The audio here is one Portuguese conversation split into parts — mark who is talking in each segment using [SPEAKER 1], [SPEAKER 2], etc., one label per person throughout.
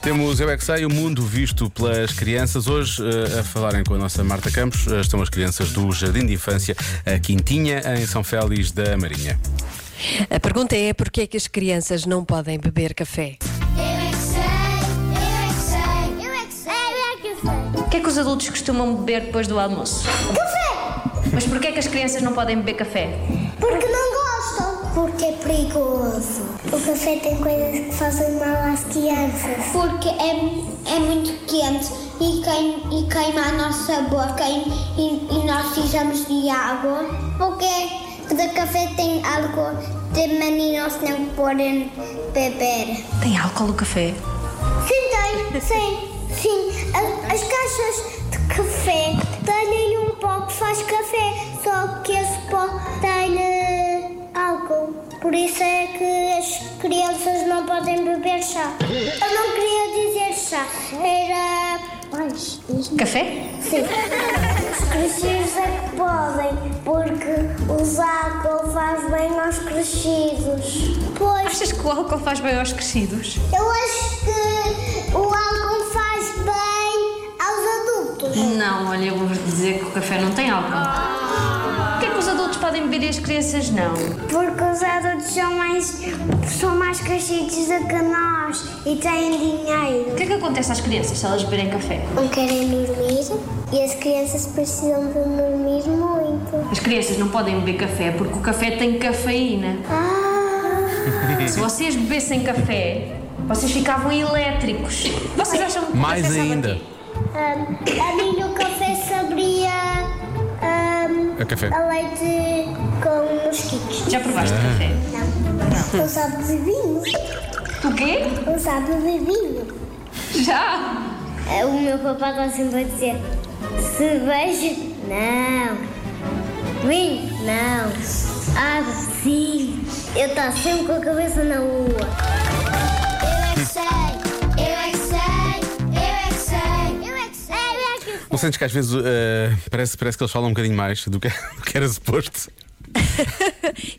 [SPEAKER 1] Temos Eu é que Sei, o mundo visto pelas crianças. Hoje, eh, a falarem com a nossa Marta Campos, eh, estão as crianças do Jardim de Infância a Quintinha, em São Félix da Marinha.
[SPEAKER 2] A pergunta é porquê é que as crianças não podem beber café?
[SPEAKER 3] Eu é que sei, eu é que sei, eu é que sei, eu é que sei.
[SPEAKER 4] O que é que os adultos costumam beber depois do almoço?
[SPEAKER 3] Café!
[SPEAKER 4] Mas porquê é que as crianças não podem beber café?
[SPEAKER 3] Porque não gostam. Porque é perigoso. O café tem coisas que fazem mal às crianças. Porque é, é muito quente e, queim- e queima a nossa boca e, e- e nós precisamos de água. Porque o café tem álcool, também nós não podemos beber.
[SPEAKER 4] Tem álcool o café?
[SPEAKER 3] Sim, tem, sim, sim. A- As, caixas de café têm um pó que faz café, só que esse pó tem eh, álcool. Por isso é que as crianças não podem beber chá. Eu não queria dizer chá, era.
[SPEAKER 4] Café?
[SPEAKER 3] Sim. Os crescidos é que podem, porque usar álcool faz bem aos crescidos. Pois.
[SPEAKER 4] Achas que o álcool faz bem aos crescidos?
[SPEAKER 3] Eu acho que o álcool faz bem aos adultos.
[SPEAKER 4] Não, olha, eu vou-vos dizer que o café não tem álcool. O que é que os adultos podem beber e as crianças não?
[SPEAKER 3] Porque os adultos são mais, são mais crescidos do que nós e têm dinheiro.
[SPEAKER 4] O que é que acontece às crianças se elas beberem café?
[SPEAKER 3] Não querem dormir e as crianças precisam de dormir muito.
[SPEAKER 4] As crianças não podem beber café porque o café tem cafeína.
[SPEAKER 3] Ah,
[SPEAKER 4] Se
[SPEAKER 1] Uhum.
[SPEAKER 4] vocês bebessem café, vocês ficavam elétricos. Vocês acham que o
[SPEAKER 1] Mais
[SPEAKER 4] café sabe a
[SPEAKER 1] ainda.
[SPEAKER 4] quê?
[SPEAKER 3] ah, a mim o café sabia ah,
[SPEAKER 1] A café.
[SPEAKER 3] a leite com mosquitos.
[SPEAKER 4] Já provaste café?
[SPEAKER 1] Ah.
[SPEAKER 3] Não. Não sabe de vinho.
[SPEAKER 4] O quê?
[SPEAKER 3] Não sabe de vinho.
[SPEAKER 4] Já!
[SPEAKER 3] É, O meu papá gosta sempre de dizer cerveja, não. Vinho, não. Água, sim. Eu estou sempre com a cabeça na lua. Eu é que sei, eu é que sei, eu é que sei, eu é que sei, eu é que sei.
[SPEAKER 1] Não sentes que às vezes eh, parece, parece que eles falam um bocadinho mais do que, do que era suposto?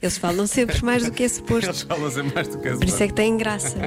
[SPEAKER 2] Eles falam sempre mais do que é suposto.
[SPEAKER 1] falam sempre mais do que é
[SPEAKER 2] Por isso é que têm graça.